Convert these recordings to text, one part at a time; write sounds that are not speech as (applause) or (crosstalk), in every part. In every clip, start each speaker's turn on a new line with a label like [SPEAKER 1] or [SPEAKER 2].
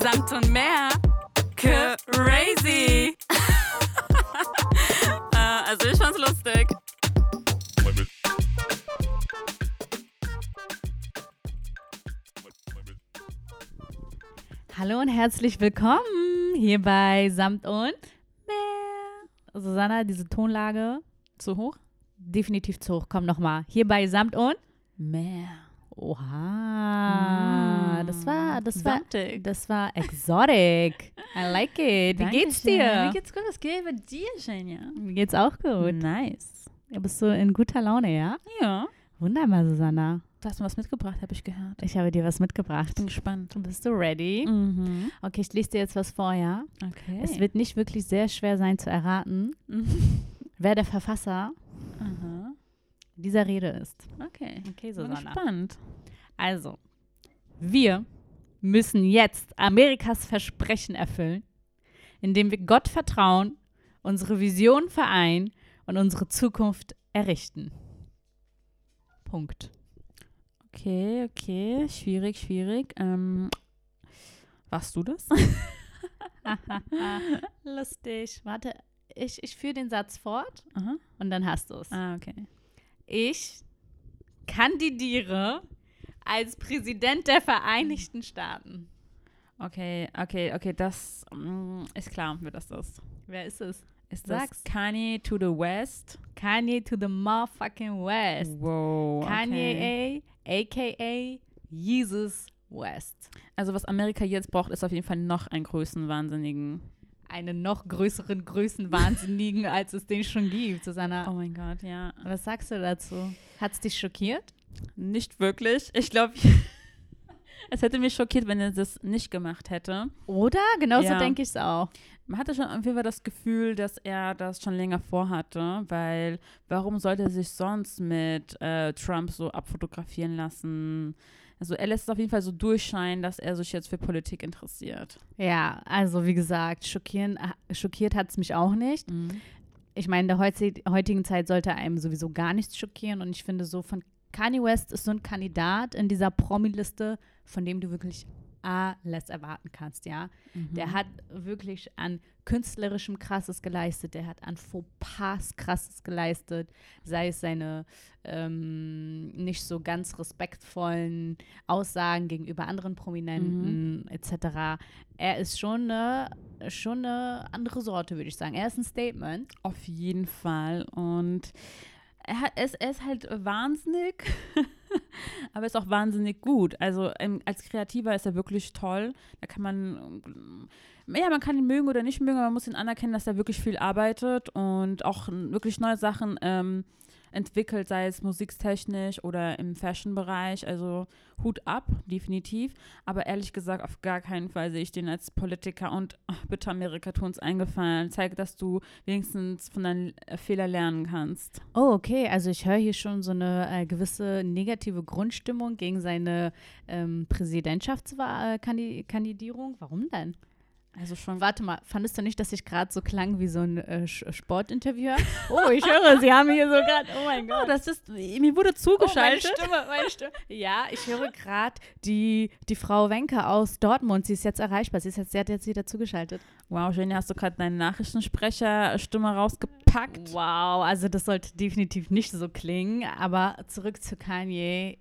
[SPEAKER 1] Samt und mehr.
[SPEAKER 2] (laughs)
[SPEAKER 1] Crazy. äh,
[SPEAKER 2] Ah,
[SPEAKER 1] also ich fand's lustig.
[SPEAKER 2] Hallo und herzlich willkommen hier bei Samt und mehr. Susanna, diese Tonlage
[SPEAKER 1] Zu hoch?
[SPEAKER 2] definitiv zu hoch. Komm nochmal. Hier bei Samt und mehr. Oha. Das war, das war,
[SPEAKER 1] Samtig.
[SPEAKER 2] das war exotic. I like it. Wie geht's
[SPEAKER 1] Mir
[SPEAKER 2] dir?
[SPEAKER 1] geht's gut, was geht bei dir, Genia?
[SPEAKER 2] Mir geht's auch gut.
[SPEAKER 1] Nice.
[SPEAKER 2] Du bist so in guter Laune, ja?
[SPEAKER 1] Ja.
[SPEAKER 2] Wunderbar, Susanna.
[SPEAKER 1] Du hast mir was mitgebracht, habe ich gehört.
[SPEAKER 2] Ich habe dir was mitgebracht.
[SPEAKER 1] Bin gespannt.
[SPEAKER 2] Bist du ready?
[SPEAKER 1] Mhm.
[SPEAKER 2] Okay, ich lese dir jetzt was vor, ja?
[SPEAKER 1] Okay.
[SPEAKER 2] Es wird nicht wirklich sehr schwer sein zu erraten, wer der Verfasser
[SPEAKER 1] Aha.
[SPEAKER 2] dieser Rede ist.
[SPEAKER 1] Okay.
[SPEAKER 2] Okay,
[SPEAKER 1] Bin gespannt.
[SPEAKER 2] Also, wir müssen jetzt Amerikas Versprechen erfüllen, indem wir Gott vertrauen, unsere Vision vereinen und unsere Zukunft errichten. Punkt.
[SPEAKER 1] Okay, okay. Schwierig, schwierig. Ähm, warst du
[SPEAKER 2] (laughs)
[SPEAKER 1] das?
[SPEAKER 2] Ah, Lustig. Warte, ich, ich führe den Satz fort
[SPEAKER 1] Aha.
[SPEAKER 2] und dann hast du es.
[SPEAKER 1] Ah, okay.
[SPEAKER 2] Ich kandidiere als Präsident der Vereinigten Staaten.
[SPEAKER 1] Okay, okay, okay. Das mm, ist klar, wer das ist.
[SPEAKER 2] Wer ist es?
[SPEAKER 1] Ist das
[SPEAKER 2] Sag's.
[SPEAKER 1] Kanye to the West?
[SPEAKER 2] Kanye to the motherfucking West.
[SPEAKER 1] Wow. Okay.
[SPEAKER 2] Kanye, A, aka Jesus West.
[SPEAKER 1] Also was Amerika jetzt braucht, ist auf jeden Fall noch einen Größenwahnsinnigen.
[SPEAKER 2] Einen noch größeren (laughs) Größenwahnsinnigen, als es den schon gibt, Susanna.
[SPEAKER 1] mein Gott, ja.
[SPEAKER 2] Was sagst du dazu? Hat's dich schockiert?
[SPEAKER 1] Nicht wirklich. Ich glaube, (laughs) es hätte mich schockiert, wenn er das nicht gemacht hätte.
[SPEAKER 2] Oder? Genauso
[SPEAKER 1] Ja.
[SPEAKER 2] denke ich es auch.
[SPEAKER 1] Man hatte schon auf jeden Fall das Gefühl, dass er das schon länger vorhatte, weil warum sollte er sich sonst mit äh, Trump so abfotografieren lassen? Also er lässt es auf jeden Fall so durchscheinen, dass er sich jetzt für Politik interessiert.
[SPEAKER 2] Ja, also wie gesagt, schockieren, schockiert hat es mich auch nicht. Ich meine, in der heutzi- heutigen Zeit sollte einem sowieso gar nichts schockieren. Und ich finde so, von Kanye West ist so ein Kandidat in dieser Promi-Liste, von dem du wirklich alles erwarten kannst, ja. Der hat wirklich an künstlerischem Krasses geleistet, der hat an Fauxpas Krasses geleistet, sei es seine ähm, nicht so ganz respektvollen Aussagen gegenüber anderen Prominenten etc. Er ist schon eine, schon eine andere Sorte, würde ich sagen. Er ist ein Statement.
[SPEAKER 1] Auf jeden Fall. Und er, hat, es, er ist halt wahnsinnig, (laughs) aber er ist auch wahnsinnig gut. Also ähm, als Kreativer ist er wirklich toll. Da kann man, ähm, ja, man kann ihn mögen oder nicht mögen, aber man muss ihn anerkennen, dass er wirklich viel arbeitet und auch ähm, wirklich neue Sachen ähm, entwickelt, sei es musiktechnisch oder im Fashion-Bereich. Also Hut ab, definitiv. Aber ehrlich gesagt, auf gar keinen Fall sehe ich den als Politiker. Und ach, bitte, Amerika, tu uns eingefallen. Zeig, dass du wenigstens von deinen äh, Fehlern lernen kannst.
[SPEAKER 2] Oh, okay. Also ich höre hier schon so eine äh, gewisse negative Grundstimmung gegen seine ähm, Präsidentschaftskandidierung. Warum denn?
[SPEAKER 1] Also schon.
[SPEAKER 2] Warte mal, fandest du nicht, dass ich gerade so klang wie so ein äh, Sch- Sportinterviewer? Oh, ich höre, Sie haben hier so gerade, oh mein
[SPEAKER 1] Oh,
[SPEAKER 2] Gott.
[SPEAKER 1] das ist, mir wurde
[SPEAKER 2] Oh, meine
[SPEAKER 1] zugeschaltet.
[SPEAKER 2] Stimme, meine Stimme. Ja, ich höre gerade die, die Frau Wenke aus Dortmund. Sie ist jetzt erreichbar. Sie, ist jetzt, sie hat jetzt wieder zugeschaltet.
[SPEAKER 1] wow, Jenny, hast du gerade deine Nachrichtensprecherstimme rausgepackt?
[SPEAKER 2] Wow, also das sollte definitiv nicht so klingen. Aber zurück zu Kanye.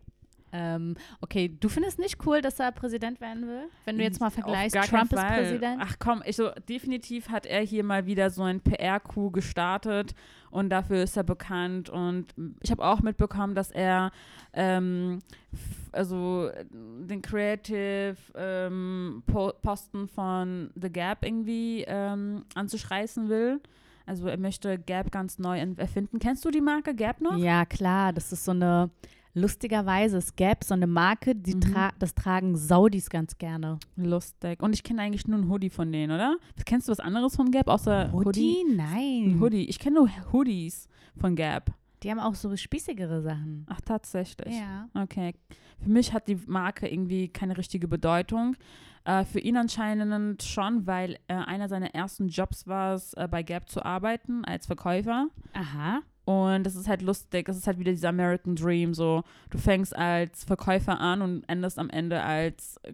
[SPEAKER 2] Ähm, okay, du findest nicht cool, dass er Präsident werden will? Wenn du jetzt mal
[SPEAKER 1] Auf
[SPEAKER 2] vergleichst,
[SPEAKER 1] gar
[SPEAKER 2] Trump
[SPEAKER 1] keinen
[SPEAKER 2] ist
[SPEAKER 1] Fall.
[SPEAKER 2] Präsident.
[SPEAKER 1] Ach komm, ich so, definitiv hat er hier mal wieder so ein PR-Coup gestartet und dafür ist er bekannt. Und ich habe auch mitbekommen, dass er ähm, f- also äh, den Creative ähm, Po- Posten von The Gap irgendwie ähm, anzuschreißen will. Also er möchte Gap ganz neu en- erfinden. Kennst du die Marke Gap noch?
[SPEAKER 2] Ja, klar, das ist so eine lustigerweise ist Gap so eine Marke,
[SPEAKER 1] Mhm.
[SPEAKER 2] die tra das tragen Saudis ganz gerne.
[SPEAKER 1] Lustig. Und ich kenne eigentlich nur einen Hoodie von denen, oder? Kennst du was anderes von Gap außer Hoodie?
[SPEAKER 2] Nein.
[SPEAKER 1] Ein Hoodie. Ich kenne nur Hoodies von Gap.
[SPEAKER 2] Die haben auch so spießigere Sachen.
[SPEAKER 1] Ach, tatsächlich.
[SPEAKER 2] Ja.
[SPEAKER 1] Okay. Für mich hat die Marke irgendwie keine richtige Bedeutung. Äh, für ihn anscheinend schon, weil äh, einer seiner ersten Jobs war es, äh, bei Gap zu arbeiten als Verkäufer.
[SPEAKER 2] Aha.
[SPEAKER 1] Und das ist halt lustig. Das ist halt wieder dieser American Dream. So, du fängst als Verkäufer an und endest am Ende als, äh,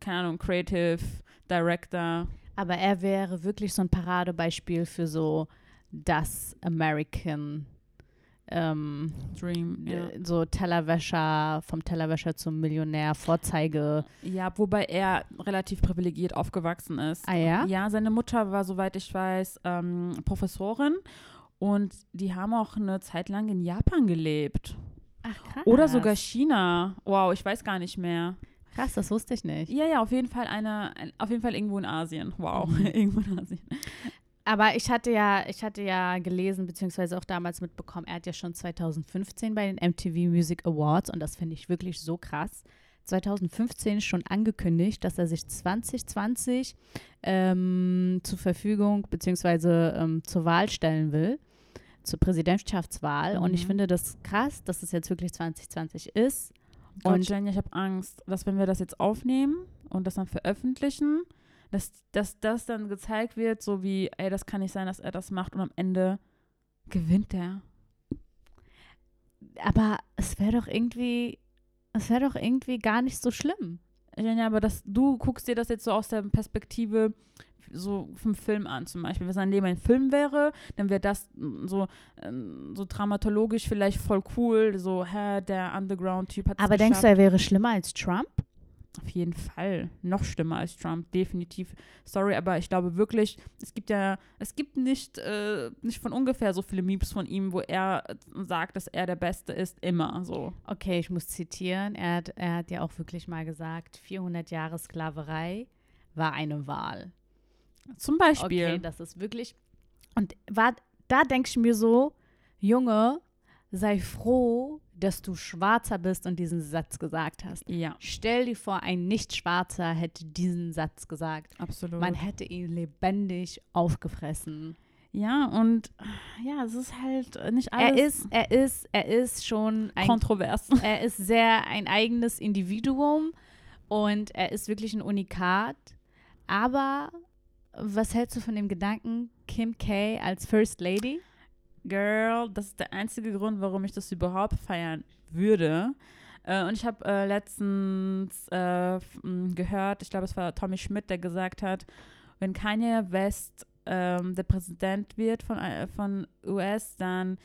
[SPEAKER 1] keine Ahnung, Creative Director.
[SPEAKER 2] Aber er wäre wirklich so ein Paradebeispiel für so das American ähm,
[SPEAKER 1] Dream. Ja.
[SPEAKER 2] d- so Tellerwäscher, vom Tellerwäscher zum Millionär, Vorzeige.
[SPEAKER 1] ja, wobei er relativ privilegiert aufgewachsen ist.
[SPEAKER 2] Ah ja?
[SPEAKER 1] Ja, seine Mutter war, soweit ich weiß, ähm, Professorin und die haben auch eine Zeit lang in Japan gelebt.
[SPEAKER 2] Ach, krass.
[SPEAKER 1] Oder sogar China. Wow, ich weiß gar nicht mehr.
[SPEAKER 2] Krass, das wusste ich nicht.
[SPEAKER 1] Ja, ja, auf jeden Fall eine, ein- auf jeden Fall irgendwo in Asien. Wow, (laughs) irgendwo in Asien.
[SPEAKER 2] Aber ich hatte ja, ich hatte ja gelesen, beziehungsweise auch damals mitbekommen, er hat ja schon 2015 bei den MTV Music Awards, und das finde ich wirklich so krass, 2015 schon angekündigt, dass er sich 2020 ähm, zur Verfügung, beziehungsweise ähm, zur Wahl stellen will, zur Präsidentschaftswahl. Und ich
[SPEAKER 1] Mhm.
[SPEAKER 2] finde das krass, dass es jetzt wirklich 2020 ist.
[SPEAKER 1] Und
[SPEAKER 2] Und-
[SPEAKER 1] Gott, Jenny, ich habe Angst, dass wenn wir das jetzt aufnehmen und das dann veröffentlichen, dass, dass das dann gezeigt wird, so wie, ey, das kann nicht sein, dass er das macht und am Ende gewinnt er.
[SPEAKER 2] Aber es wäre doch irgendwie, es wäre doch irgendwie gar nicht so schlimm.
[SPEAKER 1] Jenja, aber das, du guckst dir das jetzt so aus der Perspektive so vom Film an zum Beispiel. Wenn sein Leben ein Film wäre, dann wäre das mm, so, ähm, so dramatologisch vielleicht voll cool. So, hä, der Underground-Typ hat
[SPEAKER 2] Aber denkst du, er wäre schlimmer als Trump?
[SPEAKER 1] Auf jeden Fall. Noch schlimmer als Trump, definitiv. Sorry, aber ich glaube wirklich, es gibt ja, es gibt nicht, äh, nicht von ungefähr so viele Memes von ihm, wo er äh, sagt, dass er der Beste ist, immer so.
[SPEAKER 2] Okay, ich muss zitieren. Er hat, er hat ja auch wirklich mal gesagt, 400 Jahre Sklaverei war eine Wahl.
[SPEAKER 1] Zum Beispiel.
[SPEAKER 2] Okay, das ist wirklich. Und war, da denke ich mir so, Junge, sei froh, dass du Schwarzer bist und diesen Satz gesagt hast.
[SPEAKER 1] ja,
[SPEAKER 2] Stell dir vor, ein Nicht-Schwarzer hätte diesen Satz gesagt.
[SPEAKER 1] absolut.
[SPEAKER 2] Man hätte ihn lebendig aufgefressen.
[SPEAKER 1] ja, und äh, ja, es ist halt äh, nicht alles
[SPEAKER 2] er ist, er ist, er ist schon ein
[SPEAKER 1] kontrovers.
[SPEAKER 2] Er ist sehr ein eigenes Individuum und er ist wirklich ein Unikat. Aber was hältst du von dem Gedanken, Kim K als First Lady?
[SPEAKER 1] Girl, das ist der einzige Grund, warum ich das überhaupt feiern würde. Äh, und ich habe äh, letztens äh, f- m, gehört, ich glaube, es war Tommy Schmidt, der gesagt hat, wenn Kanye West ähm, der Präsident wird von, äh, von US, dann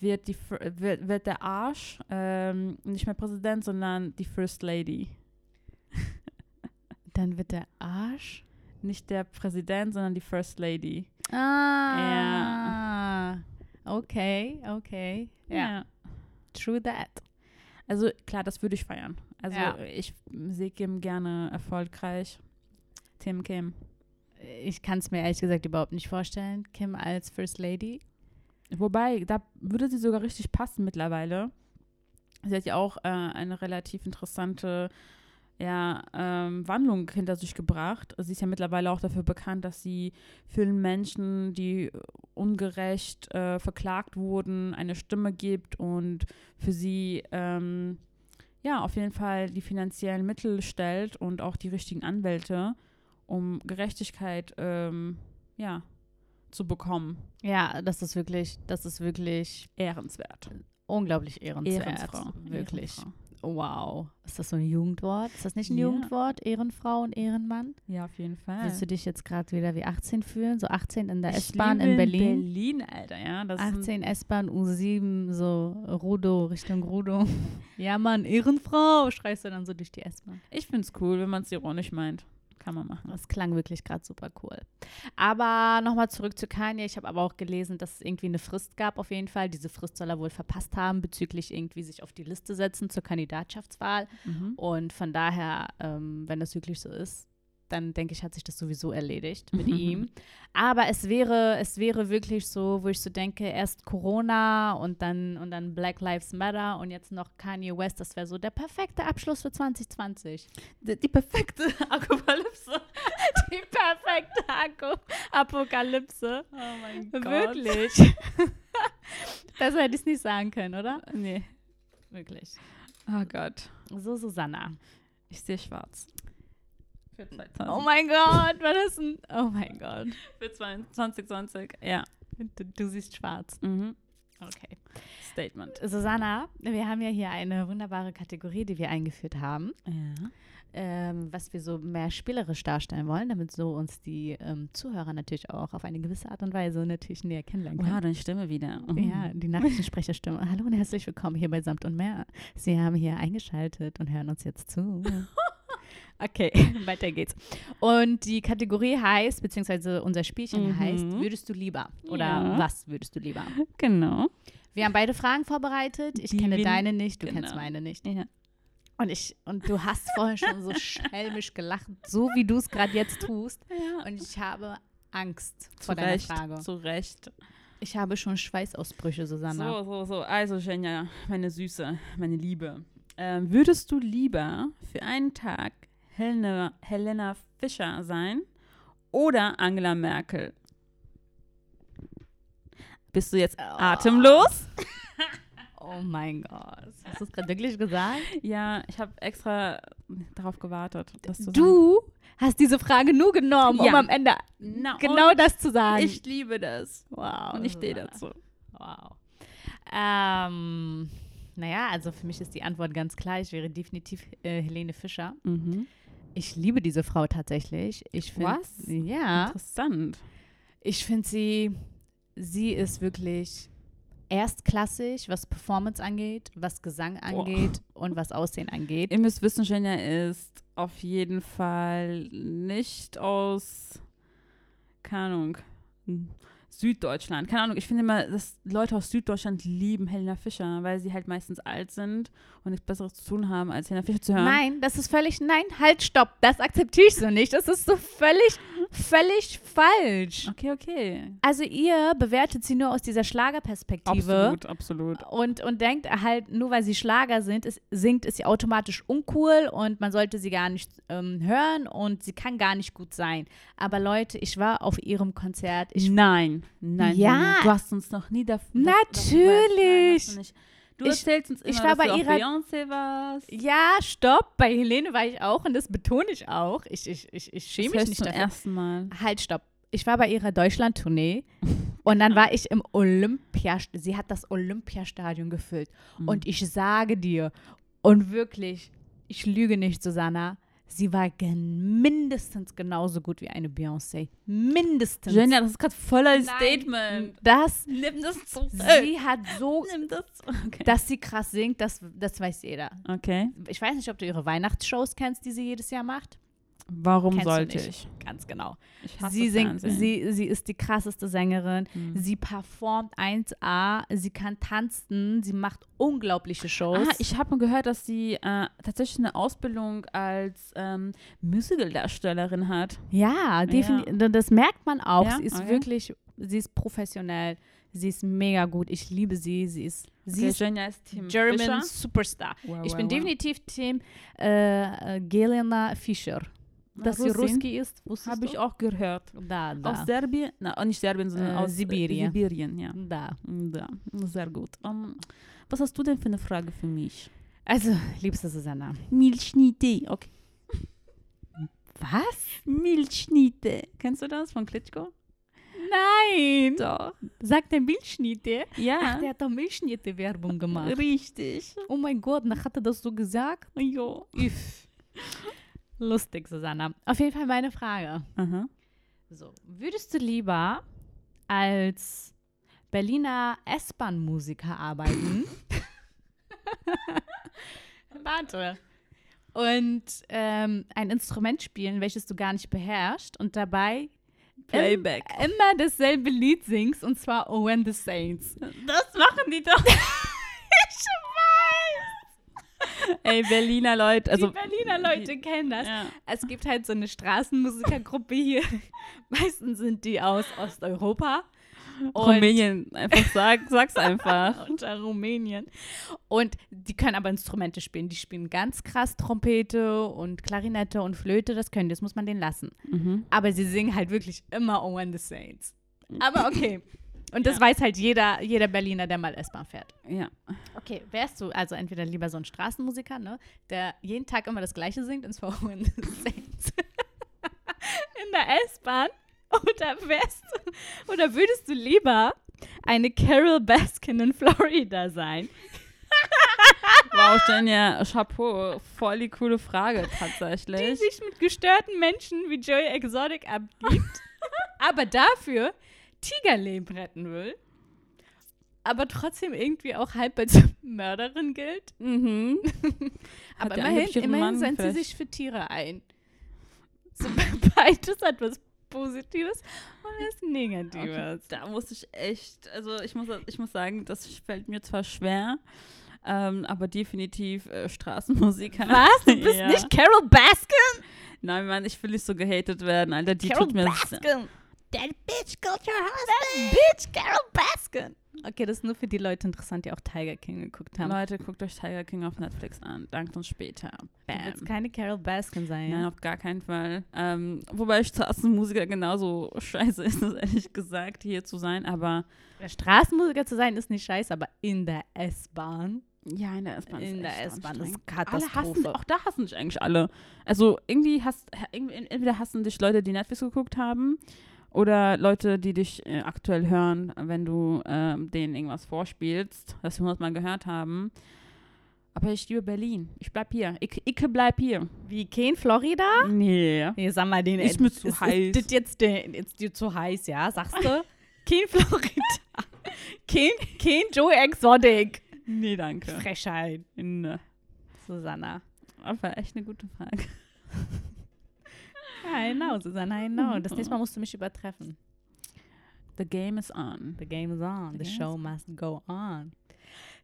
[SPEAKER 1] wird, die, Fir- wird, wird der Arsch ähm, nicht mehr Präsident, sondern die First Lady.
[SPEAKER 2] Dann wird der Arsch.
[SPEAKER 1] Nicht der Präsident, sondern die First Lady.
[SPEAKER 2] Ah. Okay, okay. Ja. True that.
[SPEAKER 1] Also klar, das würde ich feiern. Also
[SPEAKER 2] Ja.
[SPEAKER 1] ich sehe Kim gerne erfolgreich. Tim Kim.
[SPEAKER 2] Ich kann es mir ehrlich gesagt überhaupt nicht vorstellen. Kim als First Lady.
[SPEAKER 1] Wobei, da würde sie sogar richtig passen mittlerweile. Sie hat ja auch äh, eine relativ interessante ja, ähm, Wandlung hinter sich gebracht. Sie ist ja mittlerweile auch dafür bekannt, dass sie vielen Menschen, die ungerecht äh, verklagt wurden, eine Stimme gibt und für sie ähm, ja auf jeden Fall die finanziellen Mittel stellt und auch die richtigen Anwälte, um Gerechtigkeit ähm, ja, zu bekommen.
[SPEAKER 2] Ja, das ist wirklich, das ist wirklich
[SPEAKER 1] Ehrenswert.
[SPEAKER 2] unglaublich ehrenswert.
[SPEAKER 1] Ehrenfrau.
[SPEAKER 2] Wirklich.
[SPEAKER 1] Ehrenfrau.
[SPEAKER 2] Wow. Ist das so ein Jugendwort? Ist das nicht ein
[SPEAKER 1] Ja.
[SPEAKER 2] Jugendwort? Ehrenfrau und Ehrenmann?
[SPEAKER 1] Ja, auf jeden Fall.
[SPEAKER 2] Willst du dich jetzt gerade wieder wie 18 fühlen? So 18 in der S-Bahn in Berlin.
[SPEAKER 1] Berlin, Alter, ja. Das Ist
[SPEAKER 2] 18 S-Bahn U7, so Rudo, Richtung Rudo. (laughs) ja, Mann, Ehrenfrau, schreist du dann so durch die S-Bahn.
[SPEAKER 1] ein, ich find's cool, wenn man es ironisch meint. Kann man machen.
[SPEAKER 2] Das klang wirklich gerade super cool. Aber nochmal zurück zu Kanye. Ich habe aber auch gelesen, dass es irgendwie eine Frist gab, auf jeden Fall. Diese Frist soll er wohl verpasst haben, bezüglich irgendwie sich auf die Liste setzen zur Kandidatschaftswahl.
[SPEAKER 1] Mhm.
[SPEAKER 2] Und von daher, ähm, wenn das wirklich so ist, dann denke ich, hat sich das sowieso erledigt (laughs) mit ihm. Aber es wäre, es wäre wirklich so, wo ich so denke, erst Corona und dann und dann Black Lives Matter und jetzt noch Kanye West, das wäre so der perfekte Abschluss für 2020.
[SPEAKER 1] Die, die perfekte
[SPEAKER 2] (laughs)
[SPEAKER 1] Apokalypse.
[SPEAKER 2] Die perfekte Ako- Apokalypse.
[SPEAKER 1] Oh (laughs) mein
[SPEAKER 2] Wirklich. (laughs) Besser hätte ich es nicht sagen können, oder?
[SPEAKER 1] Nee.
[SPEAKER 2] Wirklich.
[SPEAKER 1] Oh Gott.
[SPEAKER 2] So, Susanna.
[SPEAKER 1] Ich sehe schwarz. Für
[SPEAKER 2] Oh
[SPEAKER 1] 2000.
[SPEAKER 2] mein Gott, was ist denn? Oh mein Gott.
[SPEAKER 1] Für 2020. Ja.
[SPEAKER 2] Du, du siehst schwarz.
[SPEAKER 1] Mhm.
[SPEAKER 2] Okay.
[SPEAKER 1] Statement.
[SPEAKER 2] Susanna, wir haben ja hier eine wunderbare Kategorie, die wir eingeführt haben,
[SPEAKER 1] Ja.
[SPEAKER 2] ähm, was wir so mehr spielerisch darstellen wollen, damit so uns die ähm, Zuhörer natürlich auch auf eine gewisse Art und Weise natürlich näher kennenlernen können.
[SPEAKER 1] Wow, deine Stimme wieder. Mhm.
[SPEAKER 2] Ja, die Nachrichtensprecherstimme. Hallo und herzlich willkommen hier bei Samt und Mehr. Sie haben hier eingeschaltet und hören uns jetzt zu. Okay, (laughs) weiter geht's. Und die Kategorie heißt, beziehungsweise unser Spielchen
[SPEAKER 1] Mhm.
[SPEAKER 2] heißt, würdest du lieber? Oder
[SPEAKER 1] Ja.
[SPEAKER 2] was würdest du lieber?
[SPEAKER 1] Genau.
[SPEAKER 2] Wir haben beide Fragen vorbereitet. Ich
[SPEAKER 1] Die
[SPEAKER 2] kenne
[SPEAKER 1] wir-
[SPEAKER 2] deine nicht, du
[SPEAKER 1] genau.
[SPEAKER 2] kennst meine nicht.
[SPEAKER 1] Ja.
[SPEAKER 2] Und ich und du hast vorher schon so schelmisch gelacht, so wie du es gerade jetzt tust.
[SPEAKER 1] ja.
[SPEAKER 2] Und ich habe Angst
[SPEAKER 1] Zu
[SPEAKER 2] vor deiner
[SPEAKER 1] Recht.
[SPEAKER 2] Frage.
[SPEAKER 1] Zu Recht.
[SPEAKER 2] Ich habe schon Schweißausbrüche, Susanna.
[SPEAKER 1] So, so, so. Also, Jenja, meine Süße, meine Liebe. Ähm, würdest du lieber für einen Tag Helena, Helena Fischer sein oder Angela Merkel? Bist du jetzt atemlos?
[SPEAKER 2] Oh mein Gott. Hast du es gerade wirklich gesagt?
[SPEAKER 1] Ja, ich habe extra darauf gewartet, dass du.
[SPEAKER 2] Du hast diese Frage nur genommen, um
[SPEAKER 1] Ja.
[SPEAKER 2] am Ende
[SPEAKER 1] Na
[SPEAKER 2] genau
[SPEAKER 1] und?
[SPEAKER 2] das zu sagen.
[SPEAKER 1] Ich liebe das.
[SPEAKER 2] wow.
[SPEAKER 1] Und ich stehe
[SPEAKER 2] Susanna.
[SPEAKER 1] dazu.
[SPEAKER 2] Wow. Ähm, naja, also für mich ist die Antwort ganz klar. Ich wäre definitiv äh, Helene Fischer.
[SPEAKER 1] Mhm.
[SPEAKER 2] Ich liebe diese Frau tatsächlich. Ich find,
[SPEAKER 1] Was?
[SPEAKER 2] Ja.
[SPEAKER 1] Interessant.
[SPEAKER 2] Ich finde sie, sie ist wirklich erstklassig, was Performance angeht, was Gesang angeht und was Aussehen angeht.
[SPEAKER 1] Ihr müsst wissen, Jenja ist auf jeden Fall nicht aus, keine Ahnung, Süddeutschland. Keine Ahnung, ich finde immer, dass Leute aus Süddeutschland lieben Helena Fischer, weil sie halt meistens alt sind und nichts Besseres zu tun haben, als Helena Fischer zu hören.
[SPEAKER 2] Nein, das ist völlig, nein, halt, stopp, das akzeptiere ich so nicht. Das ist so völlig, völlig falsch.
[SPEAKER 1] Okay, okay.
[SPEAKER 2] Also ihr bewertet sie nur aus dieser Schlagerperspektive.
[SPEAKER 1] Absolut, absolut.
[SPEAKER 2] Und, und denkt halt, nur weil sie Schlager sind, ist, singt, ist sie automatisch uncool und man sollte sie gar nicht ähm, hören und sie kann gar nicht gut sein. Aber Leute, ich war auf ihrem Konzert. Ich,
[SPEAKER 1] nein, nein,
[SPEAKER 2] Ja.
[SPEAKER 1] Jenja, du hast uns noch nie davon
[SPEAKER 2] Natürlich.
[SPEAKER 1] Du, du
[SPEAKER 2] Ich-
[SPEAKER 1] erzählst uns immer,
[SPEAKER 2] ich war
[SPEAKER 1] dass
[SPEAKER 2] bei
[SPEAKER 1] du auf
[SPEAKER 2] ihrer-
[SPEAKER 1] Beyoncé warst.
[SPEAKER 2] ja, stopp, bei Helene war ich auch und das betone ich auch. Ich, ich, ich, ich
[SPEAKER 1] Das
[SPEAKER 2] schäme mich
[SPEAKER 1] hörst
[SPEAKER 2] nicht
[SPEAKER 1] du zum
[SPEAKER 2] dafür.
[SPEAKER 1] ersten Mal.
[SPEAKER 2] Halt, stopp. Ich war bei
[SPEAKER 1] (laughs)
[SPEAKER 2] ihrer Deutschland-Tournee und dann war ich im Olympia. Sie hat das Olympiastadion gefüllt.
[SPEAKER 1] Mhm.
[SPEAKER 2] Und ich sage dir, und wirklich, ich lüge nicht, Susanna, sie war gen mindestens genauso gut wie eine Beyoncé. Mindestens.
[SPEAKER 1] Jenja, das ist gerade voller
[SPEAKER 2] Nein.
[SPEAKER 1] Statement.
[SPEAKER 2] Das,
[SPEAKER 1] Nimm das zurück.
[SPEAKER 2] sie hat so,
[SPEAKER 1] Nimm das zurück. (laughs) Okay.
[SPEAKER 2] dass sie krass singt, das, das weiß jeder.
[SPEAKER 1] okay.
[SPEAKER 2] Ich weiß nicht, ob du ihre Weihnachtsshows kennst, die sie jedes Jahr macht.
[SPEAKER 1] Warum
[SPEAKER 2] Kennst du
[SPEAKER 1] sollte
[SPEAKER 2] nicht.
[SPEAKER 1] ich?
[SPEAKER 2] Ganz genau.
[SPEAKER 1] Ich hasse
[SPEAKER 2] sie singt,
[SPEAKER 1] Fernsehen. Mhm.
[SPEAKER 2] sie, sie ist die krasseste Sängerin, sie performt 1A, sie kann tanzen, sie macht unglaubliche Shows.
[SPEAKER 1] Ah, ich habe mal gehört, dass sie äh, tatsächlich eine Ausbildung als ähm, Musical-Darstellerin hat.
[SPEAKER 2] ja, definitiv. Das merkt man auch.
[SPEAKER 1] Ja?
[SPEAKER 2] Sie ist
[SPEAKER 1] Okay.
[SPEAKER 2] wirklich, sie ist professionell, sie ist mega gut. Ich liebe sie, sie ist, sie
[SPEAKER 1] Okay,
[SPEAKER 2] ist
[SPEAKER 1] Jenja ist Team
[SPEAKER 2] German
[SPEAKER 1] Fischer.
[SPEAKER 2] Superstar.
[SPEAKER 1] Wow,
[SPEAKER 2] ich
[SPEAKER 1] wow,
[SPEAKER 2] bin
[SPEAKER 1] wow.
[SPEAKER 2] definitiv Team äh, äh, Gelena Fischer.
[SPEAKER 1] Ah,
[SPEAKER 2] Dass sie
[SPEAKER 1] Russin.
[SPEAKER 2] Ruski ist, wusstest
[SPEAKER 1] Habe ich
[SPEAKER 2] du?
[SPEAKER 1] auch gehört.
[SPEAKER 2] Da,
[SPEAKER 1] Aus
[SPEAKER 2] da,
[SPEAKER 1] Serbien, na, nicht Serbien, sondern
[SPEAKER 2] Äh,
[SPEAKER 1] aus äh,
[SPEAKER 2] Sibirien.
[SPEAKER 1] Sibirien, ja.
[SPEAKER 2] da.
[SPEAKER 1] Ja, sehr gut. Ähm, was hast du denn für eine Frage für mich?
[SPEAKER 2] Also, liebste Susanna.
[SPEAKER 1] Milchschnitte, okay.
[SPEAKER 2] Was?
[SPEAKER 1] Milchschnitte. Kennst du das von Klitschko?
[SPEAKER 2] Nein!
[SPEAKER 1] Doch.
[SPEAKER 2] Sagt der Milchschnitte? Ach,
[SPEAKER 1] Ja.
[SPEAKER 2] der hat doch Milchschnitte-Werbung gemacht.
[SPEAKER 1] Richtig.
[SPEAKER 2] Oh mein Gott, nach hat er das so gesagt?
[SPEAKER 1] Jo.
[SPEAKER 2] Üff. Lustig, Susanna. Auf jeden Fall meine Frage.
[SPEAKER 1] Aha.
[SPEAKER 2] So, würdest du lieber als Berliner S-Bahn-Musiker arbeiten?
[SPEAKER 1] (laughs)
[SPEAKER 2] Warte. Und ähm, ein Instrument spielen, welches du gar nicht beherrschst und dabei
[SPEAKER 1] Playback.
[SPEAKER 2] Im, immer dasselbe Lied singst und zwar Oh and the Saints.
[SPEAKER 1] Das machen die
[SPEAKER 2] (laughs)
[SPEAKER 1] doch.
[SPEAKER 2] Ich weiß!
[SPEAKER 1] Ey, Berliner Leute. Also,
[SPEAKER 2] die Berliner Leute kennen das.
[SPEAKER 1] Ja.
[SPEAKER 2] Es gibt halt so eine Straßenmusikergruppe hier. (laughs) Meistens sind die aus Osteuropa. Und
[SPEAKER 1] Rumänien, einfach sag, sag's
[SPEAKER 2] (laughs)
[SPEAKER 1] einfach.
[SPEAKER 2] unter Rumänien. Und die können aber Instrumente spielen. Die spielen ganz krass Trompete und Klarinette und Flöte. Das können, die, das muss man denen lassen. Aber sie singen halt wirklich immer Oh and the Saints. Aber okay. Und das
[SPEAKER 1] Ja.
[SPEAKER 2] weiß halt jeder, jeder Berliner, der mal S-Bahn fährt.
[SPEAKER 1] Ja.
[SPEAKER 2] Okay, wärst du also entweder lieber so ein Straßenmusiker, ne, der jeden Tag immer das Gleiche singt, ins Verhauen (laughs) in der S-Bahn, oder wärst du, oder würdest du lieber eine Carol Baskin in Florida sein?
[SPEAKER 1] Wow, Jenja, Chapeau. Voll die coole Frage
[SPEAKER 2] Die
[SPEAKER 1] tatsächlich.
[SPEAKER 2] sich mit gestörten Menschen wie Joey Exotic abgibt, aber dafür Tigerleben retten will, aber trotzdem irgendwie auch halb als Mörderin gilt.
[SPEAKER 1] Mhm. Hat
[SPEAKER 2] (laughs) Aber
[SPEAKER 1] der
[SPEAKER 2] immerhin,
[SPEAKER 1] angeblich ihren
[SPEAKER 2] immerhin
[SPEAKER 1] Mann
[SPEAKER 2] setzt sie
[SPEAKER 1] vielleicht-
[SPEAKER 2] sich für Tiere (laughs) ein. So, (laughs) beides hat was Positives und was
[SPEAKER 1] Okay,
[SPEAKER 2] Negatives.
[SPEAKER 1] da muss ich echt, also ich muss, ich muss sagen, das fällt mir zwar schwer, ähm, aber definitiv äh, Straßenmusiker.
[SPEAKER 2] Was? (laughs) Du bist
[SPEAKER 1] Ja.
[SPEAKER 2] nicht Carol Baskin?
[SPEAKER 1] Nein, Mann, ich will nicht so gehatet werden, Alter. Die
[SPEAKER 2] Carol
[SPEAKER 1] tut mir
[SPEAKER 2] Baskin. That bitch got your husband. That bitch, Carol Baskin. Okay, das ist nur für die Leute interessant, die auch Tiger King geguckt haben.
[SPEAKER 1] Leute, guckt euch Tiger King auf Netflix an. Dankt uns später.
[SPEAKER 2] Du willst
[SPEAKER 1] Bam.
[SPEAKER 2] keine Carol Baskin sein.
[SPEAKER 1] Nein, auf gar keinen Fall. Ähm, wobei Straßenmusiker genauso scheiße ist, (laughs) das ehrlich gesagt, hier zu sein. Aber
[SPEAKER 2] Der Straßenmusiker zu sein ist nicht scheiße, aber in der S-Bahn.
[SPEAKER 1] ja, in der S-Bahn. ist
[SPEAKER 2] In der
[SPEAKER 1] echt
[SPEAKER 2] S-Bahn
[SPEAKER 1] anstrengend.
[SPEAKER 2] ist
[SPEAKER 1] alle hassen,
[SPEAKER 2] Katastrophe.
[SPEAKER 1] auch da hassen dich eigentlich alle. Also irgendwie hast, irgendwie, entweder hassen dich Leute, die Netflix geguckt haben oder Leute, die dich äh, aktuell hören, wenn du ähm, denen irgendwas vorspielst, das wir hundertmal gehört haben. Aber ich liebe Berlin. Ich bleib hier. Ich, ich bleib hier.
[SPEAKER 2] Wie Kane, Florida?
[SPEAKER 1] Nee.
[SPEAKER 2] Nee, sag mal, den
[SPEAKER 1] Ist mir zu heiß.
[SPEAKER 2] Ist, das jetzt, der- ist dir zu heiß, ja? Sagst (laughs) du? Kane, Florida. Kane, Kane, Joe Exotic.
[SPEAKER 1] Nee, danke.
[SPEAKER 2] Frechheit,
[SPEAKER 1] Nee.
[SPEAKER 2] Susanna.
[SPEAKER 1] Aber echt eine gute Frage.
[SPEAKER 2] Ja, genau, Susanna, genau. Das nächste Mal musst du mich übertreffen.
[SPEAKER 1] The game is on.
[SPEAKER 2] The game is on.
[SPEAKER 1] The
[SPEAKER 2] The,
[SPEAKER 1] game
[SPEAKER 2] show must go on.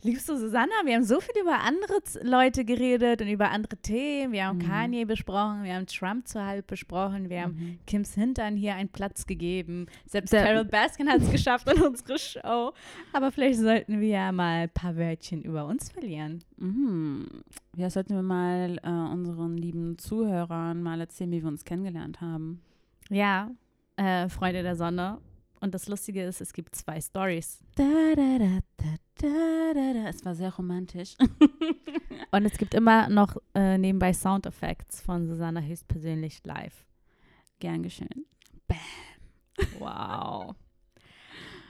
[SPEAKER 2] Liebste Susanna, wir haben so viel über andere Z- Leute geredet und über andere Themen. Wir haben
[SPEAKER 1] Mhm.
[SPEAKER 2] Kanye besprochen, wir haben Trump zu halb besprochen, wir haben Kims Hintern hier einen Platz gegeben. Selbst
[SPEAKER 1] Der-
[SPEAKER 2] Carol Baskin hat es geschafft in unsere Show. Aber vielleicht sollten wir ja mal ein paar Wörtchen über uns verlieren.
[SPEAKER 1] Mhm. Ja, sollten wir mal äh, unseren lieben Zuhörern mal erzählen, wie wir uns kennengelernt haben.
[SPEAKER 2] Ja, äh, Freunde der Sonne. Und das Lustige ist, es gibt zwei Stories.
[SPEAKER 1] Da, da, da, da, da, da, da. Es war sehr romantisch. (laughs)
[SPEAKER 2] Und es gibt immer noch äh, nebenbei Sound Effects von Susanna höchstpersönlich live.
[SPEAKER 1] Gern geschehen.
[SPEAKER 2] Wow.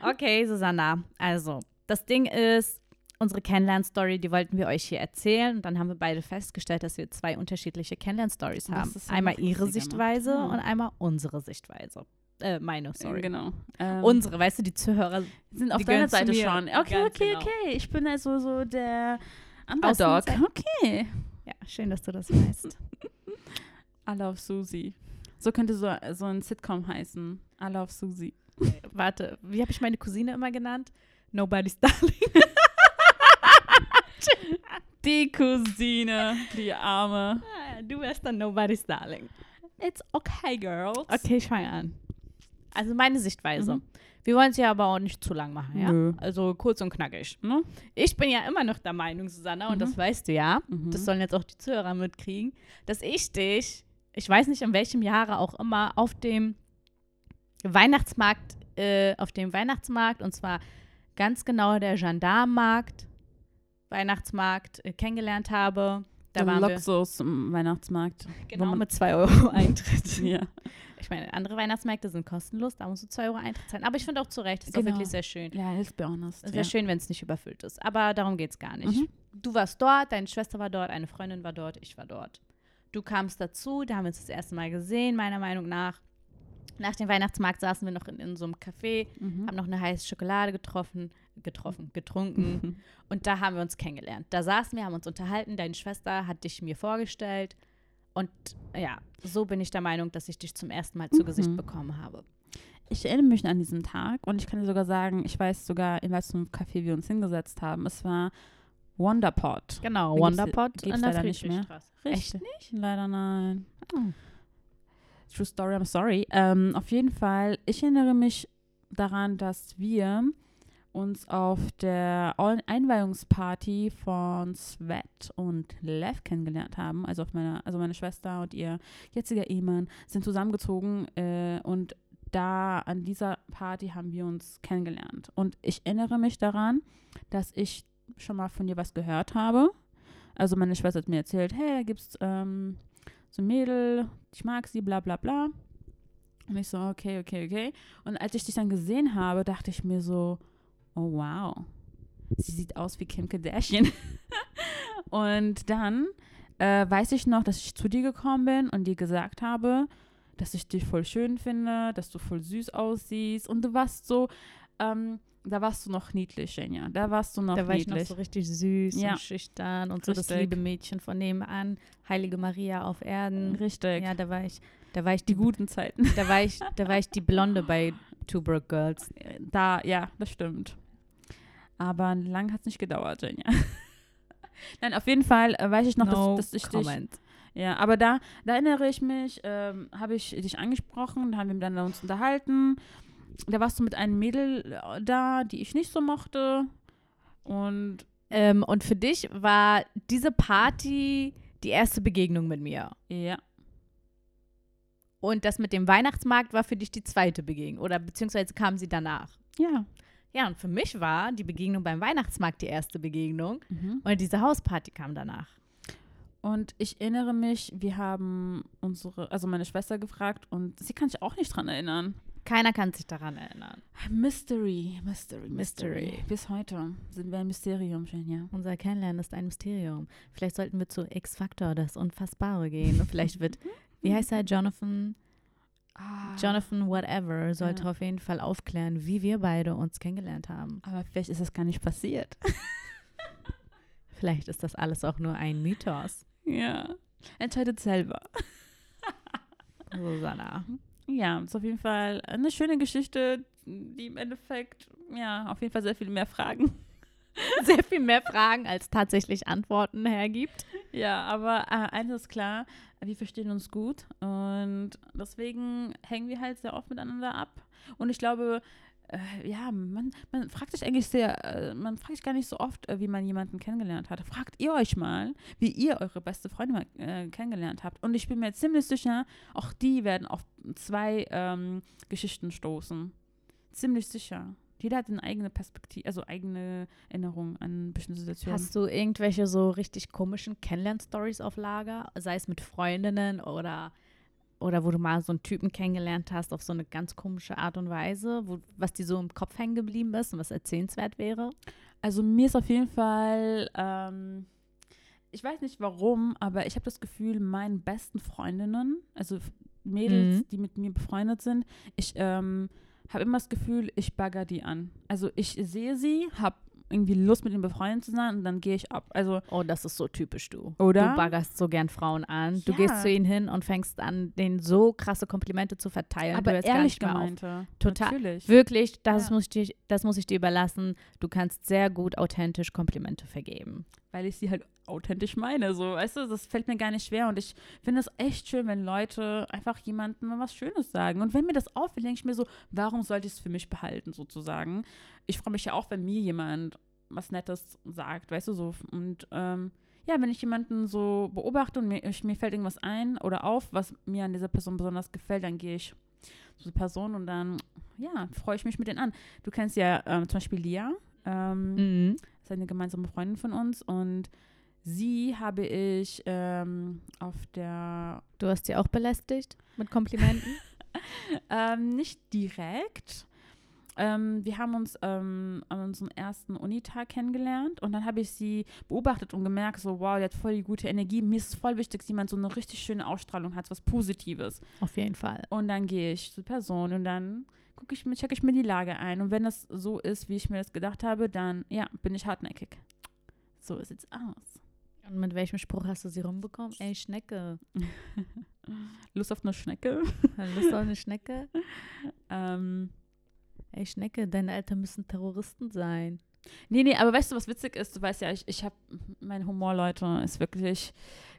[SPEAKER 2] Okay, Susanna. Also, das Ding ist, unsere Kennenlern-Story, die wollten wir euch hier erzählen. Und dann haben wir beide festgestellt, dass wir zwei unterschiedliche Kennenlern-Stories
[SPEAKER 1] Das
[SPEAKER 2] haben.
[SPEAKER 1] ist ja
[SPEAKER 2] einmal
[SPEAKER 1] noch
[SPEAKER 2] ihre
[SPEAKER 1] lustiger
[SPEAKER 2] Sichtweise
[SPEAKER 1] macht, ja.
[SPEAKER 2] und einmal unsere Sichtweise. Äh, meine, sorry.
[SPEAKER 1] Genau. Ähm,
[SPEAKER 2] Unsere, weißt du, die Zuhörer.
[SPEAKER 1] sind auf
[SPEAKER 2] die
[SPEAKER 1] deiner
[SPEAKER 2] gehören zu
[SPEAKER 1] Seite
[SPEAKER 2] mir. genau.
[SPEAKER 1] schon. Okay,
[SPEAKER 2] Ganz
[SPEAKER 1] okay,
[SPEAKER 2] genau.
[SPEAKER 1] okay. Ich bin also so der Underdog.
[SPEAKER 2] Außenseiter.
[SPEAKER 1] Okay.
[SPEAKER 2] Ja, schön, dass du das weißt.
[SPEAKER 1] I love Susi. So könnte so, so ein Sitcom heißen. I love Susi.
[SPEAKER 2] (laughs) Warte, wie habe ich meine Cousine immer genannt? Nobody's Darling.
[SPEAKER 1] Die Cousine, die Arme.
[SPEAKER 2] Ah, Du wärst dann Nobody's Darling.
[SPEAKER 1] It's okay, girls.
[SPEAKER 2] Okay, ich fange an. Also meine Sichtweise.
[SPEAKER 1] Mhm.
[SPEAKER 2] Wir wollen es ja aber auch nicht zu lang machen, ja?
[SPEAKER 1] Nö.
[SPEAKER 2] Also kurz und knackig.
[SPEAKER 1] Ne?
[SPEAKER 2] Ich bin ja immer noch der Meinung, Susanna, und
[SPEAKER 1] Mhm.
[SPEAKER 2] das weißt du ja,
[SPEAKER 1] Mhm.
[SPEAKER 2] das sollen jetzt auch die Zuhörer mitkriegen, dass ich dich, ich weiß nicht in welchem Jahre auch immer, auf dem Weihnachtsmarkt, äh, auf dem Weihnachtsmarkt, und zwar ganz genau der Gendarmenmarkt, Weihnachtsmarkt äh, kennengelernt habe. Da
[SPEAKER 1] Der
[SPEAKER 2] waren wir
[SPEAKER 1] Luxus im
[SPEAKER 2] (laughs)
[SPEAKER 1] Weihnachtsmarkt. wo
[SPEAKER 2] genau
[SPEAKER 1] man- (laughs)
[SPEAKER 2] mit 2 Euro Eintritt.
[SPEAKER 1] Ja.
[SPEAKER 2] Ich meine, andere Weihnachtsmärkte sind kostenlos, da musst du 2 Euro Eintritt zahlen. Aber ich finde auch zu Recht, das ist
[SPEAKER 1] Genau.
[SPEAKER 2] doch wirklich sehr schön.
[SPEAKER 1] Ja, let's be honest.
[SPEAKER 2] Es wäre
[SPEAKER 1] ja.
[SPEAKER 2] schön, wenn es nicht überfüllt ist. Aber darum geht es gar nicht.
[SPEAKER 1] Mhm.
[SPEAKER 2] Du warst dort, deine Schwester war dort, eine Freundin war dort, ich war dort. Du kamst dazu, da haben wir uns das erste Mal gesehen, meiner Meinung nach. Nach dem Weihnachtsmarkt saßen wir noch in, in so einem Café,
[SPEAKER 1] Mhm.
[SPEAKER 2] haben noch eine heiße Schokolade getroffen, getroffen, (laughs) getrunken. Und da haben wir uns kennengelernt. Da saßen wir, haben uns unterhalten. Deine Schwester hat dich mir vorgestellt. Und ja, so bin ich der Meinung, dass ich dich zum ersten Mal zu Gesicht bekommen habe.
[SPEAKER 1] Ich erinnere mich an diesen Tag und ich kann dir sogar sagen, ich weiß sogar, in was für einem Café wir uns hingesetzt haben. Es war Wonderpot.
[SPEAKER 2] Genau,
[SPEAKER 1] Gibt's-
[SPEAKER 2] Wonderpot
[SPEAKER 1] gibt's leider nicht mehr.
[SPEAKER 2] Echt?
[SPEAKER 1] nicht? Leider nein.
[SPEAKER 2] Oh.
[SPEAKER 1] True Story, I'm sorry. Ähm, auf jeden Fall, ich erinnere mich daran, dass wir uns auf der All- Einweihungsparty von Svet und Lev kennengelernt haben. Also, auf meine, also meine Schwester und ihr jetziger Ehemann sind zusammengezogen äh, und da an dieser Party haben wir uns kennengelernt. Und ich erinnere mich daran, dass ich schon mal von dir was gehört habe. Also meine Schwester hat mir erzählt, hey, da gibt's ähm, so ein Mädel, ich mag sie, bla bla bla. Und ich so, okay, okay, okay. Und als ich dich dann gesehen habe, dachte ich mir so, oh wow, sie sieht aus wie Kim Kardashian. (laughs) und dann äh, weiß ich noch, dass ich zu dir gekommen bin und dir gesagt habe, dass ich dich voll schön finde, dass du voll süß aussiehst und du warst so, ähm, da warst du noch niedlich, Jenja. Da warst du noch
[SPEAKER 2] Da war ich
[SPEAKER 1] niedlich.
[SPEAKER 2] noch so richtig süß
[SPEAKER 1] Ja.
[SPEAKER 2] und schüchtern und so das
[SPEAKER 1] Richtig.
[SPEAKER 2] liebe Mädchen von nebenan, Heilige Maria auf Erden.
[SPEAKER 1] Richtig.
[SPEAKER 2] Ja, da war ich, da war ich
[SPEAKER 1] Die
[SPEAKER 2] die
[SPEAKER 1] guten Zeiten.
[SPEAKER 2] da war ich, da war ich die Blonde bei Two Broke Girls.
[SPEAKER 1] Da, ja, das stimmt. Aber lang hat es nicht gedauert, Jenja. (laughs) Nein, auf jeden Fall äh, weiß ich noch,
[SPEAKER 2] no
[SPEAKER 1] dass, dass ich dich
[SPEAKER 2] comment.
[SPEAKER 1] Ja, aber da, da erinnere ich mich, ähm, habe ich dich angesprochen, da haben wir miteinander uns unterhalten. Da warst du mit einem Mädel äh, da, die ich nicht so mochte. Und
[SPEAKER 2] Ähm, und für dich war diese Party die erste Begegnung mit mir.
[SPEAKER 1] ja,
[SPEAKER 2] Und das mit dem Weihnachtsmarkt war für dich die zweite Begegnung oder beziehungsweise kam sie danach.
[SPEAKER 1] ja.
[SPEAKER 2] Ja, und für mich war die Begegnung beim Weihnachtsmarkt die erste Begegnung
[SPEAKER 1] Mhm.
[SPEAKER 2] und diese Hausparty kam danach.
[SPEAKER 1] Und ich erinnere mich, wir haben unsere, also meine Schwester gefragt und sie kann sich auch nicht dran erinnern.
[SPEAKER 2] Keiner kann sich daran erinnern.
[SPEAKER 1] Mystery, Mystery, Mystery.
[SPEAKER 2] Mystery.
[SPEAKER 1] Bis heute sind wir ein Mysterium, Genia.
[SPEAKER 2] Unser Kennenlernen ist ein Mysterium. Vielleicht sollten wir zu X-Factor, das Unfassbare, gehen. Und vielleicht (laughs) wird, wie heißt er, Jonathan?
[SPEAKER 1] Ah.
[SPEAKER 2] Jonathan Whatever sollte
[SPEAKER 1] Ja.
[SPEAKER 2] auf jeden Fall aufklären, wie wir beide uns kennengelernt haben.
[SPEAKER 1] Aber vielleicht ist das gar nicht passiert.
[SPEAKER 2] Vielleicht ist das alles auch nur ein Mythos,
[SPEAKER 1] (laughs) ja. Entscheidet selber.
[SPEAKER 2] Susanna.
[SPEAKER 1] Ja, ist auf jeden Fall eine schöne Geschichte, die im Endeffekt, ja, auf jeden Fall sehr viel mehr Fragen.
[SPEAKER 2] (laughs) Sehr viel mehr Fragen als tatsächlich Antworten hergibt.
[SPEAKER 1] Ja, aber äh, eins ist klar, wir verstehen uns gut und deswegen hängen wir halt sehr oft miteinander ab. Und ich glaube, äh, ja, man, man fragt sich eigentlich sehr, äh, man fragt sich gar nicht so oft, äh, wie man jemanden kennengelernt hat. Fragt ihr euch mal, wie ihr eure beste Freundin mal, äh, kennengelernt habt. Und ich bin mir ziemlich sicher, auch die werden auf zwei ähm, Geschichten stoßen. Ziemlich sicher. Jeder hat eine eigene Perspektive, also eigene Erinnerung an bestimmte Situationen.
[SPEAKER 2] Hast du irgendwelche so richtig komischen Kennenlern-Stories auf Lager? Sei es mit Freundinnen oder, oder wo du mal so einen Typen kennengelernt hast auf so eine ganz komische Art und Weise, wo, was dir so im Kopf hängen geblieben ist und was erzählenswert wäre?
[SPEAKER 1] Also mir ist auf jeden Fall, ähm, ich weiß nicht warum, aber ich habe das Gefühl, meinen besten Freundinnen, also F- Mädels,
[SPEAKER 2] Mhm.
[SPEAKER 1] die mit mir befreundet sind, ich ähm, habe immer das Gefühl, ich bagger die an. Also ich sehe sie, habe irgendwie Lust, mit ihnen befreundet zu sein und dann gehe ich ab. Also
[SPEAKER 2] Oh, das ist so typisch du.
[SPEAKER 1] Oder?
[SPEAKER 2] Du baggerst so gern Frauen an. Du
[SPEAKER 1] Ja.
[SPEAKER 2] gehst zu ihnen hin und fängst an, denen so krasse Komplimente zu verteilen. du
[SPEAKER 1] aber
[SPEAKER 2] hörst
[SPEAKER 1] ehrlich
[SPEAKER 2] gar nicht mehr auf.
[SPEAKER 1] gemeinte.
[SPEAKER 2] Total.
[SPEAKER 1] Natürlich.
[SPEAKER 2] Wirklich, das,
[SPEAKER 1] Ja.
[SPEAKER 2] muss ich dir, das muss ich dir überlassen. Du kannst sehr gut authentisch Komplimente vergeben.
[SPEAKER 1] weil ich sie halt authentisch meine. So, weißt du, das fällt mir gar nicht schwer. Und ich finde es echt schön, wenn Leute einfach jemandem mal was Schönes sagen. Und wenn mir das auffällt, denke ich mir so, warum sollte ich es für mich behalten, sozusagen? Ich freue mich ja auch, wenn mir jemand was Nettes sagt, weißt du, so. Und ähm, ja, wenn ich jemanden so beobachte und mir, ich, mir fällt irgendwas ein oder auf, was mir an dieser Person besonders gefällt, dann gehe ich zu der Person und dann, ja, freue ich mich mit denen an. Du kennst ja ähm, zum Beispiel Lia. Ähm,
[SPEAKER 2] Mhm.
[SPEAKER 1] ist eine gemeinsame Freundin von uns und sie habe ich ähm, auf der,
[SPEAKER 2] Du hast sie auch belästigt mit Komplimenten?
[SPEAKER 1] ähm, nicht direkt, ähm, wir haben uns ähm, an unserem ersten Unitag kennengelernt und dann habe ich sie beobachtet und gemerkt, so wow, die hat voll die gute Energie, mir ist es voll wichtig, dass jemand so eine richtig schöne Ausstrahlung hat, was Positives.
[SPEAKER 2] (laughs) Auf jeden Fall.
[SPEAKER 1] Und dann gehe ich zur Person und dann gucke ich mir, checke ich mir die Lage ein. Und wenn das so ist, wie ich mir das gedacht habe, dann ja, bin ich hartnäckig. So sieht's aus.
[SPEAKER 2] Und mit welchem Spruch hast du sie rumbekommen? Ey, (laughs) Schnecke.
[SPEAKER 1] Lust auf eine Schnecke?
[SPEAKER 2] Bist du auch eine Schnecke?
[SPEAKER 1] Ähm,
[SPEAKER 2] Ey, Schnecke, deine Eltern müssen Terroristen sein.
[SPEAKER 1] nee, nee, aber weißt du, was witzig ist? Du weißt ja, ich, ich habe, mein Humor, Leute, ist wirklich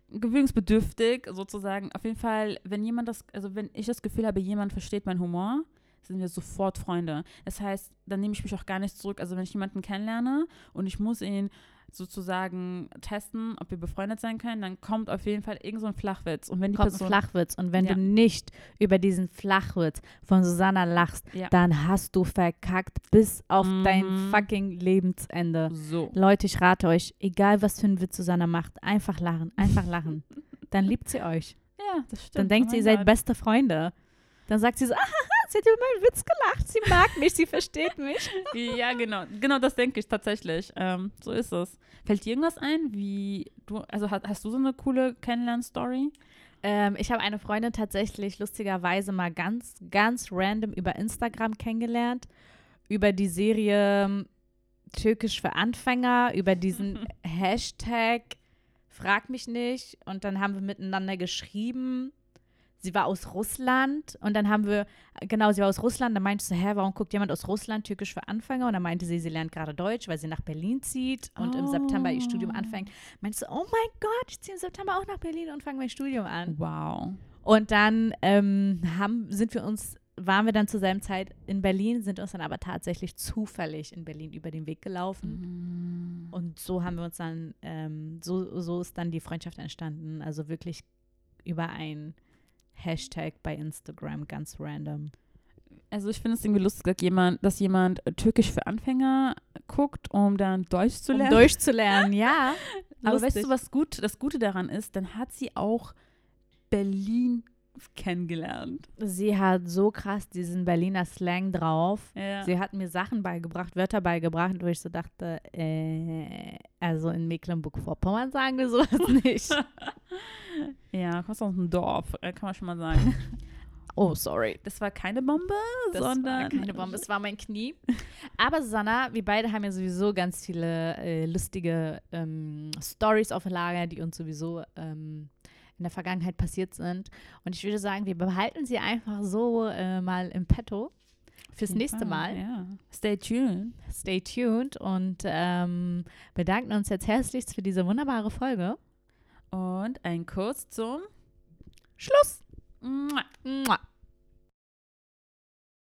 [SPEAKER 1] gewöhnungsbedürftig sozusagen. Auf jeden Fall, wenn jemand das, also wenn ich das Gefühl habe, jemand versteht meinen Humor, sind wir sofort Freunde. Das heißt, dann nehme ich mich auch gar nicht zurück. Also wenn ich jemanden kennenlerne und ich muss ihn sozusagen testen, ob wir befreundet sein können, dann kommt auf jeden Fall irgend so ein Flachwitz. Und wenn die
[SPEAKER 2] kommt ein
[SPEAKER 1] Person
[SPEAKER 2] Flachwitz. Und wenn
[SPEAKER 1] Ja.
[SPEAKER 2] du nicht über diesen Flachwitz von Susanna lachst,
[SPEAKER 1] Ja.
[SPEAKER 2] dann hast du verkackt bis auf
[SPEAKER 1] Mhm.
[SPEAKER 2] dein fucking Lebensende.
[SPEAKER 1] so.
[SPEAKER 2] Leute, ich rate euch, egal was für einen Witz Susanna macht, einfach lachen,
[SPEAKER 1] (laughs)
[SPEAKER 2] einfach lachen. dann liebt sie euch.
[SPEAKER 1] Ja, das stimmt.
[SPEAKER 2] Dann denkt
[SPEAKER 1] Oh
[SPEAKER 2] sie, ihr
[SPEAKER 1] mein
[SPEAKER 2] seid
[SPEAKER 1] Gott.
[SPEAKER 2] beste Freunde. Dann sagt sie so, ah, sie hat über meinen Witz gelacht. Sie mag mich, sie versteht mich.
[SPEAKER 1] ja, genau. Genau das denke ich tatsächlich. Ähm, so ist es. Fällt dir irgendwas ein, wie du, also hast, hast du so eine coole Kennenlern-Story?
[SPEAKER 2] Ähm, ich habe eine Freundin tatsächlich lustigerweise mal ganz, ganz random über Instagram kennengelernt. Über die Serie ähm, Türkisch für Anfänger, über diesen Hashtag Frag mich nicht. Und dann haben wir miteinander geschrieben. Sie war aus Russland und dann haben wir, genau, sie war aus Russland, dann meinte ich so, hä, warum guckt jemand aus Russland Türkisch für Anfänger? Und dann meinte sie, sie lernt gerade Deutsch, weil sie nach Berlin zieht und im September ihr Studium
[SPEAKER 1] Oh.
[SPEAKER 2] anfängt. Meinte ich so, oh mein Gott, ich ziehe im September auch nach Berlin und fange mein Studium an.
[SPEAKER 1] Wow.
[SPEAKER 2] Und dann ähm, haben, sind wir uns, waren wir dann zur selben Zeit in Berlin, sind uns dann aber tatsächlich zufällig in Berlin über den Weg gelaufen.
[SPEAKER 1] Mhm.
[SPEAKER 2] Und so haben wir uns dann, ähm, so, so ist dann die Freundschaft entstanden. Also wirklich über ein Hashtag bei Instagram, ganz random.
[SPEAKER 1] Also ich finde es irgendwie lustig, dass jemand, dass jemand äh, Türkisch für Anfänger guckt, um dann Deutsch zu
[SPEAKER 2] Um
[SPEAKER 1] lernen.
[SPEAKER 2] Deutsch zu lernen, (laughs) ja.
[SPEAKER 1] Aber weißt
[SPEAKER 2] Lustig.
[SPEAKER 1] du, was gut, das Gute daran ist, dann hat sie auch Berlin kennengelernt.
[SPEAKER 2] Sie hat so krass diesen Berliner Slang drauf.
[SPEAKER 1] Ja. (laughs)
[SPEAKER 2] Sie hat mir Sachen beigebracht, Wörter beigebracht, wo ich so dachte, äh, also in Mecklenburg-Vorpommern sagen
[SPEAKER 1] (laughs)
[SPEAKER 2] wir sowas nicht.
[SPEAKER 1] ja, kommst aus einem Dorf, äh, kann man schon mal sagen.
[SPEAKER 2] Oh, sorry.
[SPEAKER 1] Das war keine Bombe, sondern
[SPEAKER 2] war keine Bombe, es war mein Knie. Aber Susanna, wir beide haben ja sowieso ganz viele äh, lustige ähm, Stories auf Lager, die uns sowieso ähm, in der Vergangenheit passiert sind. Und ich würde sagen, wir behalten sie einfach so äh, mal im Petto
[SPEAKER 1] Auf
[SPEAKER 2] fürs
[SPEAKER 1] jeden
[SPEAKER 2] nächste
[SPEAKER 1] Fall,
[SPEAKER 2] Mal.
[SPEAKER 1] Ja. Stay tuned.
[SPEAKER 2] Stay tuned und ähm, bedanken uns jetzt herzlichst für diese wunderbare Folge.
[SPEAKER 1] Und ein Kuss zum
[SPEAKER 2] Schluss!
[SPEAKER 1] Mua.
[SPEAKER 2] Mua.